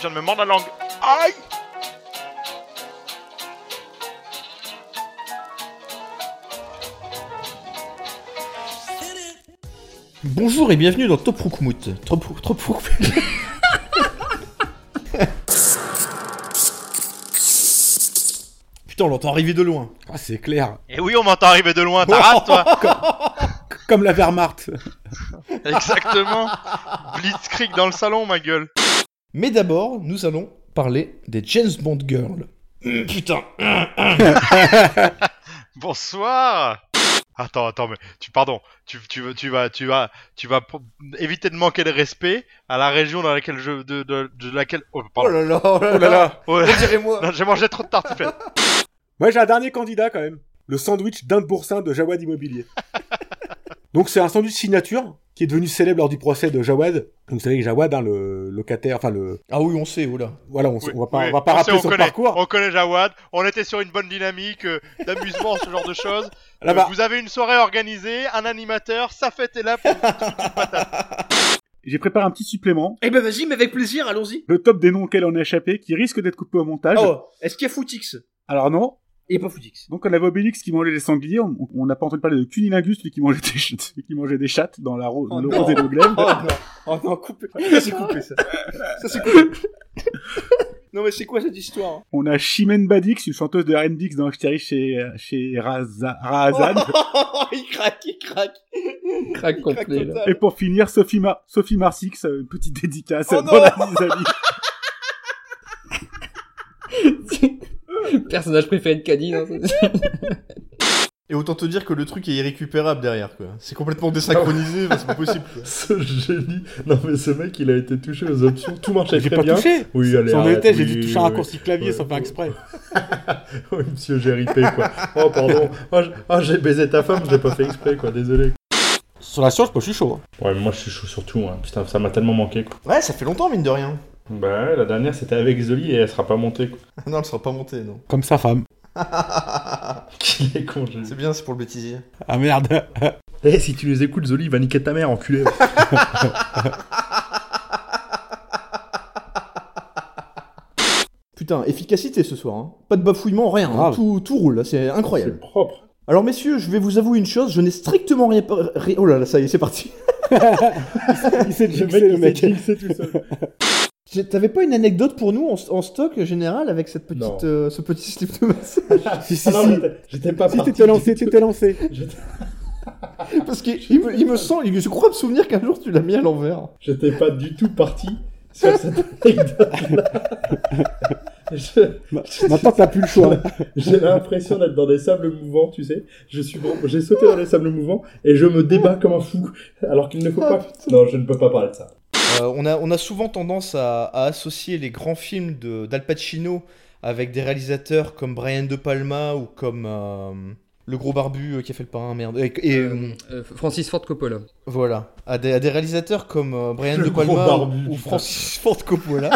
viens de me mordre la langue. Aïe Bonjour et bienvenue dans Top Rookmout. Trop Trop Putain, on l'entend arriver de loin. Ah, c'est clair. Et Eh oui, on m'entend arriver de loin, t'as rate, toi Comme la Wehrmacht. Exactement Blitzkrieg dans le salon, ma gueule Mais d'abord, nous allons parler des James Bond Girls. Mm. Hum, Putain. hum, hum. Bonsoir Attends, attends, mais tu, pardon, tu, tu, veux- tu vas, tu vas, tu vas pro- éviter de manquer de respect à la région dans laquelle je, de, de, de laquelle, oh, Oh pardon. là là, oh là Oh là là. Oh là- On dirait moi. Non, j'ai mangé trop de tartiflettes. Moi, j'ai un dernier candidat quand même. Le sandwich d'un boursin de Jawad Immobilier. Donc, c'est un sandwich signature qui est devenu célèbre lors du procès de Jawad. Donc, vous savez que Jawad, hein, le locataire, enfin le, Ah oui, on sait, oh là. voilà, on, s- Oui, on va pas, oui, on va pas on sait, rappeler on son connaît, parcours. On connaît Jawad, on était sur une bonne dynamique euh, d'amusement, ce genre de choses. Là-bas, Euh, Vous avez une soirée organisée, un animateur, sa fête est là pour J'ai préparé un petit supplément, Eh ben vas-y, mais avec plaisir, allons-y. le top des noms auxquels on a échappé, qui risque d'être coupé au montage. Oh, est-ce qu'il y a Footix Alors non, Il n'y a pas Footix. donc on avait Obélix qui mangeait des sangliers, on on n'a pas entendu parler de Cunilingus, lui qui mangeait des, ch- celui qui mangeait des chattes dans la ro- Oh le non. rose et le glaive. Oh non, oh non, coupé. Ça c'est coupé ça. Ça c'est coupé. Non mais c'est quoi cette histoire hein On a Chimène Badix, une chanteuse de R&B dans Achteri chez, chez Raza- Rahazan. Oh. Il craque, il craque. Crack Il craque complet, là. Et total. pour finir, Sophie, Mar- Sophie Marsix, euh, une petite dédicace Oh à non dans la mise à vie. Personnage préféré de Caddy, hein, ça- Et autant te dire que le truc est irrécupérable derrière, quoi. C'est complètement désynchronisé, enfin, c'est pas possible. quoi. Ce génie. Non, mais ce mec, il a été touché aux options. Tout marchait J'ai très pas bien. touché Oui, allez, J'en arrête, étais, j'ai oui, dû toucher oui, un oui. raccourci clavier sans Ouais. faire exprès. Oui, monsieur, j'ai ripé, quoi. Oh, pardon. Oh, j- oh, j'ai baisé ta femme, je l'ai pas fait exprès, quoi. Désolé. Sur la science, moi je suis chaud. hein. Ouais, mais moi, je suis chaud sur tout. hein. Putain, ça m'a tellement manqué, quoi. Ouais, ça fait longtemps, mine de rien. Bah, ouais, la dernière, c'était avec Zoli et elle sera pas montée, quoi. Non, elle sera pas montée, non. Comme sa femme. Qu'il est con, j'ai- C'est bien, c'est pour le bêtisier. Ah merde. Eh, si tu les écoutes, Zoli, va niquer ta mère, enculé. Putain, efficacité ce soir. hein. Pas de bafouillement, rien. hein. Grave. Tout, tout roule, là, c'est incroyable. C'est propre. Alors messieurs, je vais vous avouer une chose, je n'ai strictement rien... par- ri- Oh là là, ça y est, c'est parti. Il s'est Le jinxé, mec, le il mec. s'est jinxé tout seul. J'ai- T'avais pas une anecdote pour nous en, en stock euh, général avec cette Non. petite, euh, ce petit slip de massage Si, si, Ah non, si. j'étais- j'étais pas Si parti. t'étais lancé, t'étais lancé. J'étais- Parce qu'il il me, il me semble, il- je crois me souvenir qu'un jour tu l'as mis à l'envers. J'étais pas du tout parti sur cette anecdote-là. Je- Maintenant, t'as plus le choix. J'ai l'impression d'être dans des sables mouvants, tu sais. Je suis, j'ai sauté dans les sables mouvants et je me débats comme un fou, alors qu'il ne faut pas. Non, je ne peux pas parler de ça. Euh, on, a, on a souvent tendance à, à associer les grands films de- d'Al Pacino avec des réalisateurs comme Brian De Palma ou comme euh, le gros barbu euh, qui a fait le parrain, merde. Et, et, euh, Euh, Francis Ford Coppola. voilà, à des, à des réalisateurs comme euh, Brian Le De gros Palma barbu, ou, ou putain. Francis Ford Coppola.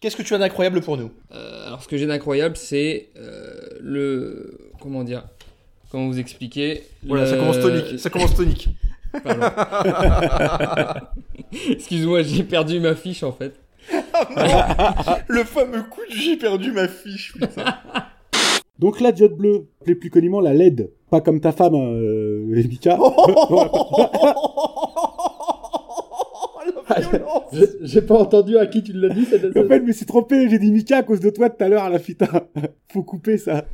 Qu'est-ce que tu as d'incroyable pour nous Euh, alors, ce que j'ai d'incroyable, c'est euh, le. Comment dire Comment vous expliquer le- commence tonique. Pardon. Excuse-moi, j'ai perdu ma fiche en fait. le fameux coup de j'ai perdu ma fiche, putain. Donc la diode bleue, appelée plus communément la LED, pas comme ta femme, euh, Rebecca. Ah, La violence. J'ai, j'ai pas entendu à qui tu l'as dit. cette- en fait, je me suis trompé, j'ai dit Mika à cause de toi tout à l'heure à la fita. Faut couper ça.